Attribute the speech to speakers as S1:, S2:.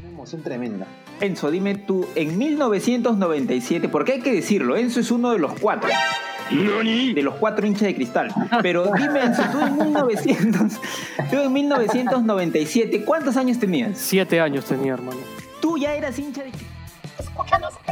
S1: confusión tremenda.
S2: Enzo, dime tú, en 1997, porque hay que decirlo, Enzo es uno de los cuatro. De los cuatro hinchas de cristal. Pero dime, Enzo, tú en, 1900, tú en 1997, ¿cuántos años tenías?
S3: Siete años tenía, hermano.
S2: Tú ya eras hincha de cristal.
S4: Escúchanos